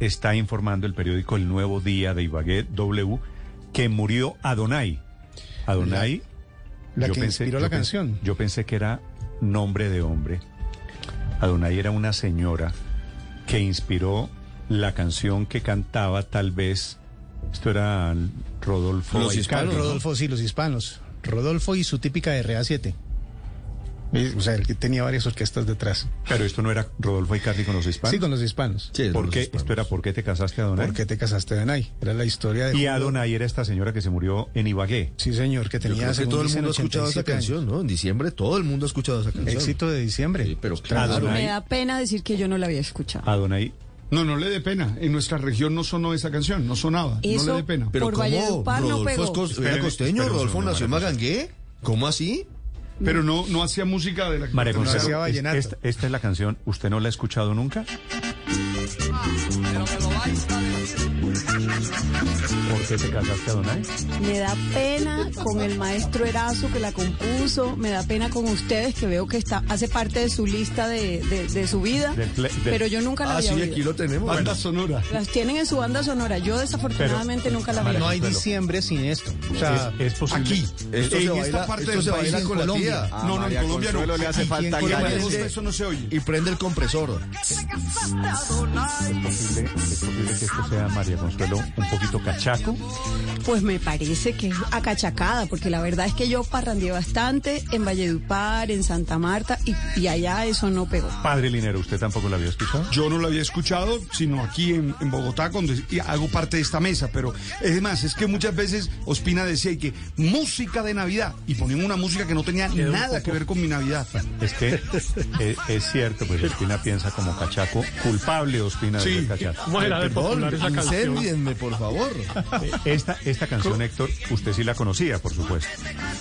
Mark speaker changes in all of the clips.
Speaker 1: Está informando el periódico El Nuevo Día de Ibagué W que murió Adonai. Adonai.
Speaker 2: La que inspiró la
Speaker 1: pen-
Speaker 2: canción.
Speaker 1: Yo pensé que era nombre de hombre. Adonai era una señora que inspiró la canción que cantaba tal vez. Esto era Rodolfo.
Speaker 3: Los
Speaker 1: Aicardi,
Speaker 3: hispanos,
Speaker 1: ¿no?
Speaker 2: Rodolfo, sí, los hispanos. Rodolfo y su típica RA7. Eh, O sea, el que tenía varias orquestas detrás.
Speaker 1: Pero esto no era Rodolfo Icardi con los hispanos.
Speaker 2: Sí, con los hispanos.
Speaker 3: Sí,
Speaker 1: ¿Por
Speaker 3: los
Speaker 1: qué?
Speaker 3: hispanos.
Speaker 1: Esto era ¿Por qué te casaste Adonai?
Speaker 2: ¿Por qué te casaste de Adonai? Era la historia de...
Speaker 1: Y Adonai era esta señora que se murió en Ibagué.
Speaker 2: Sí, señor, que
Speaker 3: Yo
Speaker 2: tenía...
Speaker 3: creo que
Speaker 2: según
Speaker 3: todo el
Speaker 2: dicen,
Speaker 3: mundo ha escuchado esa
Speaker 2: 87 años.
Speaker 3: canción, ¿no? En diciembre todo el mundo ha escuchado esa canción.
Speaker 2: Éxito de diciembre.
Speaker 3: Sí, pero claro.
Speaker 1: Adonai.
Speaker 4: Me da pena decir que yo no la había escuchado.
Speaker 1: Adonai
Speaker 5: No, no le dé pena. En nuestra región no sonó esa canción, no sonaba.
Speaker 4: Eso-
Speaker 5: No le dé pena.
Speaker 3: Pero
Speaker 4: Por
Speaker 3: ¿cómo?
Speaker 4: Valledupar no
Speaker 3: ¿Rodolfo
Speaker 4: pegó.
Speaker 3: es cos- era
Speaker 1: Espéreme,
Speaker 3: costeño?
Speaker 1: espéreme un
Speaker 3: ¿Rodolfo
Speaker 1: segundo,
Speaker 3: nació en
Speaker 1: María
Speaker 3: Magangué? ¿Cómo así?
Speaker 5: Pero no, no hacía música de la que
Speaker 1: María
Speaker 5: no
Speaker 1: Consuelo,
Speaker 2: hacía
Speaker 1: es-
Speaker 2: vallenato.
Speaker 1: esta, esta es la canción. ¿Usted no la ha escuchado nunca? ¿Por qué te casaste, Adonai?
Speaker 4: Me da pena con el maestro Erazo que la compuso. Me da pena con ustedes que veo que está hace parte de su lista de, de- de su vida.
Speaker 1: Del ple- del-
Speaker 4: Pero yo nunca la
Speaker 3: Ah,
Speaker 4: había
Speaker 3: sí,
Speaker 4: oído.
Speaker 3: aquí lo tenemos.
Speaker 5: Banda sonora.
Speaker 4: Las tienen en su banda sonora. Yo desafortunadamente
Speaker 1: Pero-
Speaker 4: nunca la había
Speaker 2: No hay
Speaker 1: Consuelo.
Speaker 2: diciembre sin esto. O sea,
Speaker 1: es, es posible.
Speaker 5: Aquí,
Speaker 3: Esto se
Speaker 5: en
Speaker 3: baila-
Speaker 5: esta parte
Speaker 3: esto
Speaker 5: del
Speaker 3: se
Speaker 5: país,
Speaker 3: baila
Speaker 5: en
Speaker 3: con la
Speaker 5: Colombia.
Speaker 3: tía. Ah,
Speaker 5: no, no, en
Speaker 3: María
Speaker 5: Colombia
Speaker 3: Consuelo
Speaker 5: no.
Speaker 3: le hace
Speaker 5: Aquí
Speaker 3: falta
Speaker 5: en Colombia
Speaker 3: gallo.
Speaker 5: eso no se oye.
Speaker 3: Y prende el compresor.
Speaker 1: Es posible, es posible que esto sea María Consuelo un poquito cachaco.
Speaker 4: Pues me parece que es acachacada, porque la verdad es que yo parrandeé bastante en Valledupar, en Santa Marta, y, y allá eso no pegó.
Speaker 1: Padre Linero, ¿usted tampoco la había escuchado?
Speaker 5: Yo no lo había escuchado, sino aquí en, en Bogotá, cuando es- y hago parte de esta mesa. Pero es más, es que muchas veces Ospina decía y que música de Navidad y ponían una música que no tenía nada que ver con mi Navidad.
Speaker 1: Es que eh, es cierto, pues Ospina piensa como cachaco. Culpable Ospina de
Speaker 5: Sí.
Speaker 1: ser cachaco.
Speaker 6: Bueno, a ver,
Speaker 3: Perdón,
Speaker 6: popular esa canción.
Speaker 3: incéndienme, por favor.
Speaker 1: Eh, Esta, esta canción, Héctor, usted sí la conocía, por supuesto.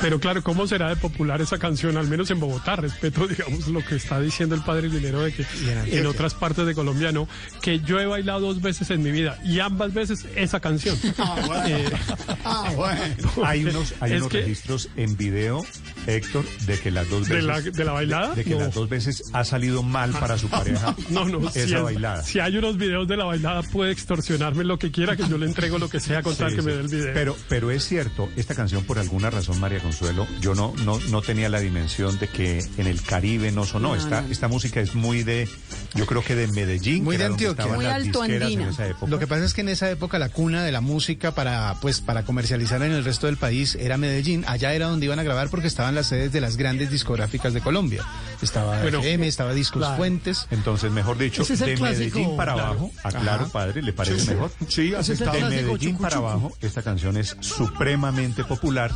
Speaker 6: Pero claro, ¿cómo será de popular esa canción? Al menos en Bogotá, respeto, digamos, lo que está diciendo el padre Linero de que en otras partes de Colombia no, que yo he bailado dos veces en mi vida y ambas veces esa canción.
Speaker 2: Ah,
Speaker 6: Eh,
Speaker 5: Ah, bueno.
Speaker 1: Hay unos, hay
Speaker 6: Es
Speaker 1: unos
Speaker 6: que-
Speaker 1: registros en video, Héctor, de que las dos
Speaker 6: ¿De
Speaker 1: veces.
Speaker 6: la- de la bailada?
Speaker 1: De, de que
Speaker 6: No. Ah,
Speaker 1: las dos veces ha salido mal para su pareja
Speaker 6: No, no,
Speaker 1: esa
Speaker 6: si, es-
Speaker 1: bailada.
Speaker 6: si hay unos videos de la bailada, puede extorsionarme lo que quiera, que yo le entrego lo que sea con tal
Speaker 1: Sí,
Speaker 6: que me
Speaker 1: sí.
Speaker 6: dé el video.
Speaker 1: Pero, pero es cierto, esta canción por alguna razón, María Consuelo, yo no, no, no tenía la dimensión de que en el Caribe no sonó. esta, esta música es muy de, yo creo que de Medellín.
Speaker 2: Muy
Speaker 1: que
Speaker 2: de
Speaker 1: era donde
Speaker 2: Antioquia.
Speaker 1: estaban
Speaker 4: Muy
Speaker 1: las disqueras en
Speaker 4: altoandina.
Speaker 1: esa época.
Speaker 2: Lo que pasa es que en esa época la cuna de la música para pues para comercializar en el resto del país era Medellín. Allá era donde iban a grabar porque estaban las sedes de las grandes discográficas de Colombia. Estaba
Speaker 6: Bueno,
Speaker 2: FM, estaba Discos
Speaker 6: claro.
Speaker 2: Fuentes.
Speaker 1: Entonces, mejor dicho,
Speaker 6: Ese es el
Speaker 1: de
Speaker 6: clásico,
Speaker 1: Medellín para
Speaker 6: claro.
Speaker 1: abajo, aclaro, padre, ¿le parece mejor?
Speaker 5: Sí,
Speaker 1: De
Speaker 5: aceptado.
Speaker 1: Medellín para abajo, esta canción es supremamente popular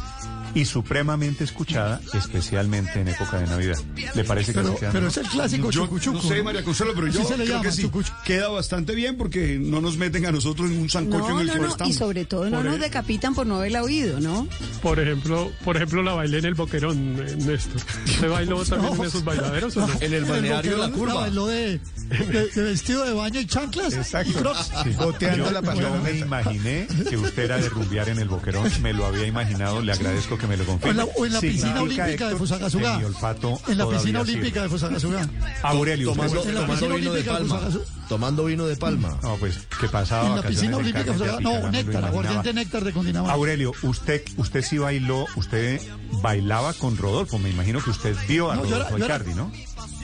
Speaker 1: y supremamente escuchada, especialmente en época de Navidad. ¿Le parece que
Speaker 7: Pero,
Speaker 1: nos quedan
Speaker 7: pero
Speaker 1: unos?
Speaker 7: es el clásico
Speaker 5: Yo
Speaker 7: chucuchuco.
Speaker 5: no sé, María Consuelo, pero yo
Speaker 7: Así se le
Speaker 5: creo
Speaker 7: llama,
Speaker 5: que sí.
Speaker 7: chucuchuco.
Speaker 5: Queda bastante bien porque no nos meten a nosotros en un sancocho en
Speaker 4: No,
Speaker 5: el
Speaker 4: no,
Speaker 5: que no,
Speaker 4: no, y
Speaker 5: estamos.
Speaker 4: sobre todo no
Speaker 6: Por
Speaker 4: nos
Speaker 6: el-
Speaker 4: decapitan por no haberla oído, ¿no?
Speaker 6: Por ejemplo, por ejemplo, la bailé en el boquerón, eh, Néstor. ¿Se bailó también en esos bailaderos o no?
Speaker 3: En el balneario de la
Speaker 7: boquerón,
Speaker 3: curva.
Speaker 7: lo de, de- de vestido de baño y chanclas. Y crocs.
Speaker 2: Goteando
Speaker 1: Yo,
Speaker 2: la
Speaker 1: yo
Speaker 2: pantaloneta.
Speaker 1: me imaginé que usted era de rumbear en el boquerón, me lo había imaginado, le agradezco que me lo confirme.
Speaker 7: O en la, o en la piscina
Speaker 1: Significa,
Speaker 7: olímpica de
Speaker 1: Héctor,
Speaker 7: Fusagasugá.
Speaker 1: que mi olfato
Speaker 7: En la piscina
Speaker 1: todavía
Speaker 7: olímpica de Fusagasugá.
Speaker 1: sirve. Aurelio, usted
Speaker 3: Tomando,
Speaker 1: fue-
Speaker 7: en la
Speaker 3: tomando
Speaker 7: piscina
Speaker 3: vino de
Speaker 7: olímpica,
Speaker 3: palma.
Speaker 7: pues,
Speaker 3: Tomando vino de palma.
Speaker 1: No, pues, ¿qué pasaba?
Speaker 7: En la
Speaker 1: Vacaciones
Speaker 7: piscina olímpica de
Speaker 1: Carmen
Speaker 7: Fusagasugá. No,
Speaker 1: Apícola, me lo
Speaker 7: néctar,
Speaker 1: imaginaba.
Speaker 7: aguardiente néctar de Cundinamarca.
Speaker 1: Aurelio, usted, usted sí bailó, usted bailaba con Rodolfo, me imagino que usted vio a
Speaker 7: No, yo era-
Speaker 1: Rodolfo
Speaker 7: yo era-
Speaker 1: Icardi, ¿no?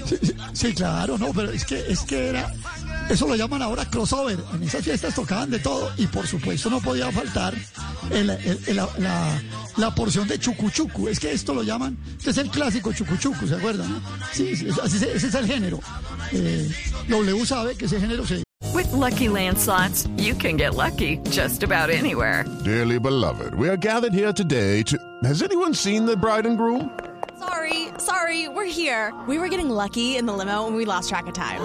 Speaker 7: Sí, sí, sí, claro, no, pero es que, es que era. Eso lo llaman ahora crossover. En esas fiestas tocaban de todo y por supuesto no podía faltar el- el- el- la, la- la porción de chucuchucu. Es que esto lo llaman. Este es el clásico chucuchucu, ¿se acuerdan? no? Sí, sí, es- así se- ese es el género. Eh, W sabe que ese género se,
Speaker 8: With Lucky Land slots, you can get lucky just about anywhere.
Speaker 9: Dearly beloved, we are gathered here today to. Has anyone seen the bride and groom?
Speaker 10: Sorry, sorry, we're here. We were getting lucky in the limo and we lost track of time.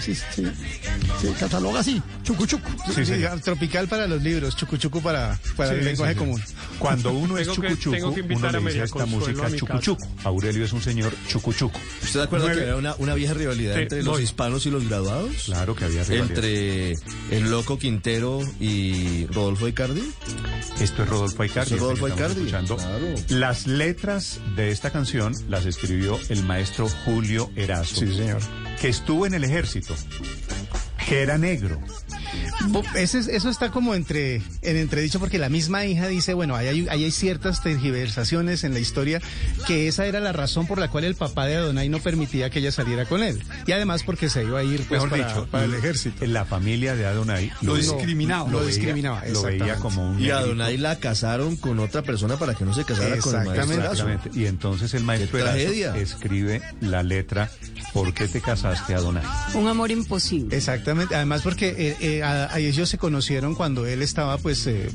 Speaker 7: Sí, sí. Se cataloga así, chucu chucu.
Speaker 2: Sí, tropical para los libros, chucuchucu para, para
Speaker 1: Sí,
Speaker 2: el lenguaje
Speaker 1: sí, sí.
Speaker 2: común.
Speaker 1: Cuando uno es
Speaker 6: Tengo que-
Speaker 1: chucuchuco,
Speaker 6: tengo que
Speaker 1: uno
Speaker 6: invitar
Speaker 1: le
Speaker 6: a
Speaker 1: dice
Speaker 6: María
Speaker 1: a esta
Speaker 6: Consuelo
Speaker 1: música
Speaker 6: a mi casa.
Speaker 1: chucuchuco. Aurelio es un señor chucuchuco.
Speaker 3: ¿Usted se acuerda que era una, una vieja rivalidad
Speaker 6: Sí,
Speaker 3: entre los
Speaker 6: voy.
Speaker 3: hispanos y los graduados?
Speaker 1: Claro que había rivalidad.
Speaker 3: Entre el loco Quintero y Rodolfo Icardi.
Speaker 1: Esto es Rodolfo Aicardi.
Speaker 3: Eso es Rodolfo
Speaker 1: este que estamos
Speaker 3: Aicardi,
Speaker 1: escuchando.
Speaker 3: claro.
Speaker 1: Las letras de esta canción las escribió el maestro Julio Erazo.
Speaker 2: Sí, señor.
Speaker 1: Que estuvo en el ejército, que era negro.
Speaker 2: Bo- ese es- eso está como entre en entredicho porque la misma hija dice, bueno, ahí hay, ahí hay ciertas tergiversaciones en la historia que esa era la razón por la cual el papá de Adonai no permitía que ella saliera con él. Y además porque se iba a ir pues,
Speaker 1: Mejor
Speaker 2: para,
Speaker 1: dicho,
Speaker 2: para el ejército.
Speaker 1: La familia de Adonai
Speaker 5: Lo
Speaker 1: ve-
Speaker 5: discriminaba.
Speaker 2: Lo
Speaker 1: veía-
Speaker 2: discriminaba,
Speaker 1: Lo veía
Speaker 2: exactamente.
Speaker 1: como un.
Speaker 3: Y a
Speaker 1: negrito.
Speaker 3: Adonai la casaron con otra persona para que no se casara con el maestro.
Speaker 2: Exactamente.
Speaker 3: Erazo.
Speaker 1: Exactamente. Y entonces el maestro
Speaker 3: ¡Qué
Speaker 1: Erazo
Speaker 3: tragedia!
Speaker 1: escribe la letra ¿Por qué te casaste, Adonai?
Speaker 4: Un amor imposible.
Speaker 2: Exactamente, además porque eh, eh, a, a ellos se conocieron cuando él estaba pues eh,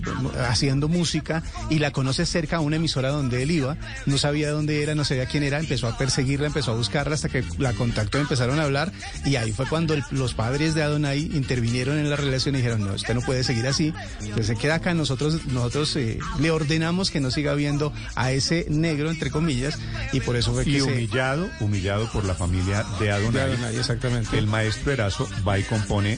Speaker 2: haciendo música y la conoce cerca a una emisora donde él iba, no sabía dónde era, no sabía quién era, empezó a perseguirla, empezó a buscarla hasta que la contactó, empezaron a hablar y ahí fue cuando el- los padres de Adonai intervinieron en la relación y dijeron, no, usted no puede seguir así, usted se queda acá, nosotros, nosotros eh, le ordenamos que no siga viendo a ese negro, entre comillas, y por eso fue que
Speaker 1: Y
Speaker 2: se...
Speaker 1: humillado, humillado por la familia de
Speaker 2: de
Speaker 1: Adonai.
Speaker 2: Adonai, exactamente.
Speaker 1: El maestro Erazo va y compone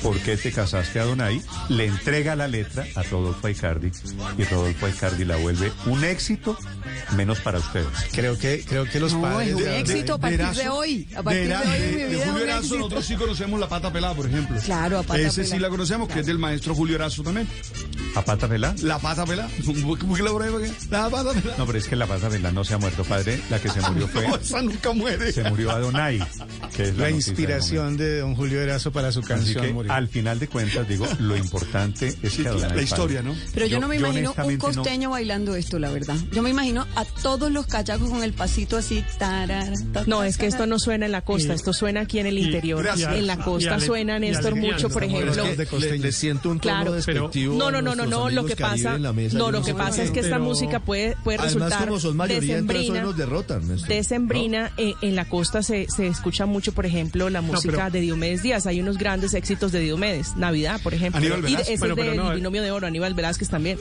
Speaker 1: ¿Por qué te casaste Adonai? Le entrega la letra a Rodolfo Aicardi y Rodolfo Aicardi la vuelve un éxito, menos para ustedes.
Speaker 2: Creo que, creo que los
Speaker 4: No,
Speaker 2: padres...
Speaker 4: es un
Speaker 2: de-
Speaker 4: éxito a partir de
Speaker 5: Erazo-
Speaker 4: hoy. A partir de,
Speaker 5: Era-
Speaker 4: hoy mi
Speaker 5: de- de
Speaker 4: vida es un
Speaker 5: Julio Erazo,
Speaker 4: éxito.
Speaker 5: nosotros sí conocemos la pata pelada, por ejemplo.
Speaker 4: Claro, a pata
Speaker 5: Ese sí
Speaker 4: pelada.
Speaker 5: la conocemos, que es del maestro Julio Erazo también.
Speaker 1: ¿A pata pelá?
Speaker 5: La pata pelada. ¿Por qué la prueba? La pata pelada.
Speaker 1: No, pero es que la pata pelá no se ha muerto, padre. La que se murió fue...
Speaker 5: Ah, No, esa nunca muere.
Speaker 1: Se murió Adonai, que es la, noticia
Speaker 2: la
Speaker 1: del
Speaker 2: inspiración de don Julio Erazo para su
Speaker 1: momento. Así
Speaker 2: canción
Speaker 1: que,
Speaker 2: Morir.
Speaker 1: al final de cuentas, digo, lo importante es que Adonai
Speaker 5: la
Speaker 1: Padre-
Speaker 5: historia, ¿no?
Speaker 4: Pero yo, no me imagino un
Speaker 1: honestamente no-
Speaker 4: costeño bailando esto, la verdad. Yo me imagino a todos los cachacos con el pasito así. tarara, ta,
Speaker 11: No,
Speaker 4: ta,
Speaker 11: es que esto no suena en la costa,
Speaker 6: Y-
Speaker 11: esto suena aquí en el
Speaker 6: y-
Speaker 11: interior.
Speaker 6: gracias.
Speaker 11: En la
Speaker 6: Y
Speaker 11: costa
Speaker 6: ale-
Speaker 11: suena,
Speaker 6: y
Speaker 11: Néstor,
Speaker 6: alegría,
Speaker 11: mucho, por
Speaker 6: estamos
Speaker 11: ejemplo.
Speaker 2: hablando de
Speaker 3: Le, le siento un tono
Speaker 11: Claro,
Speaker 6: pero-
Speaker 3: despectivo.
Speaker 11: No,
Speaker 3: a
Speaker 11: no, no, no,
Speaker 3: nuestros
Speaker 11: no, lo
Speaker 3: amigos
Speaker 11: que
Speaker 3: Caribe
Speaker 11: pasa,
Speaker 3: en la mesa.
Speaker 11: no,
Speaker 3: Yo
Speaker 11: lo que
Speaker 3: sé
Speaker 11: pasa
Speaker 3: qué.
Speaker 11: es que esta
Speaker 6: pero-
Speaker 11: música puede, puede
Speaker 3: Además,
Speaker 11: resultar
Speaker 3: como son mayoría, entonces hoy
Speaker 11: decembrina.
Speaker 3: nos derrotan. Néstor.
Speaker 11: Decembrina, eh, en la costa se, se escucha mucho, por ejemplo, la música
Speaker 6: pero-
Speaker 11: de Diomedes Díaz. Hay unos grandes éxitos de Diomedes, Navidad, por ejemplo.
Speaker 5: Aníbal
Speaker 11: y
Speaker 5: Velázquez.
Speaker 11: ese
Speaker 6: Bueno,
Speaker 11: es
Speaker 6: pero
Speaker 11: del
Speaker 6: no, eh.
Speaker 11: binomio de oro, Aníbal Velázquez también.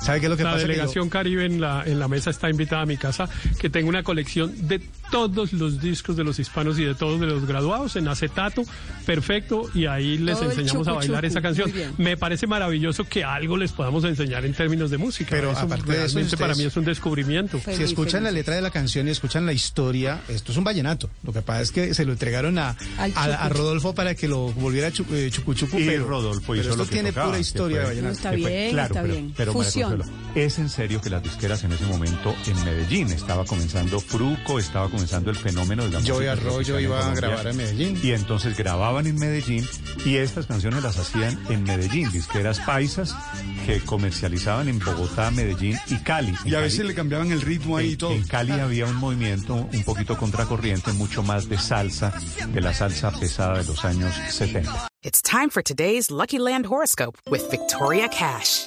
Speaker 2: ¿Sabe qué es lo que
Speaker 6: la
Speaker 2: pasa? Que yo-
Speaker 6: delegación Caribe en la, en la mesa está invitada a mi casa, que tengo una colección de todos los discos de los hispanos y de todos de los graduados en acetato, perfecto, y ahí les
Speaker 4: Todo el
Speaker 6: enseñamos a
Speaker 4: chucu,
Speaker 6: bailar
Speaker 4: chucu,
Speaker 6: esa canción.
Speaker 4: muy bien.
Speaker 6: Me parece maravilloso que algo les podamos enseñar en términos de música.
Speaker 2: Pero
Speaker 6: Eso
Speaker 2: aparte de eso,
Speaker 6: realmente para
Speaker 2: ustedes-
Speaker 6: mí es un descubrimiento.
Speaker 4: Feliz,
Speaker 2: si escuchan la
Speaker 4: feliz.
Speaker 2: letra de la canción y escuchan la historia, esto es un vallenato. Lo que pasa es que se lo entregaron a,
Speaker 4: Al
Speaker 2: a- a
Speaker 4: chucu.
Speaker 2: Rodolfo para que lo volviera chu- eh, chucuchucu.
Speaker 1: Y
Speaker 2: pero,
Speaker 1: Rodolfo
Speaker 2: pero
Speaker 1: hizo
Speaker 2: esto
Speaker 1: lo que
Speaker 2: tiene
Speaker 1: tocaba,
Speaker 2: pura
Speaker 1: que
Speaker 2: historia de
Speaker 1: fue-
Speaker 2: vallenato.
Speaker 4: Está
Speaker 1: que fue-
Speaker 4: bien,
Speaker 1: Eh, pues, claro,
Speaker 4: está
Speaker 1: pero-
Speaker 4: bien.
Speaker 1: pero, María
Speaker 4: Fusión.
Speaker 1: Consuelo, es en serio que las disqueras en ese momento en Medellín estaba comenzando Fruco, estaba comenzando el fenómeno de la
Speaker 2: Joey
Speaker 1: música
Speaker 2: Arroyo
Speaker 1: tropical en
Speaker 2: iba a
Speaker 1: Colombia.
Speaker 2: grabar en Medellín.
Speaker 1: Y entonces grababan en Medellín y estas canciones las hacían en Medellín, disqueras paisas que comercializaban en Bogotá, Medellín y Cali. En
Speaker 5: Y a
Speaker 1: Cali-
Speaker 5: veces le cambiaban el ritmo ahí y
Speaker 1: en-
Speaker 5: todo.
Speaker 1: En Cali había un movimiento un poquito contracorriente, mucho más de salsa, de la salsa pesada de los años 70.
Speaker 12: It's time for today's Lucky Land horoscope with Victoria Cash.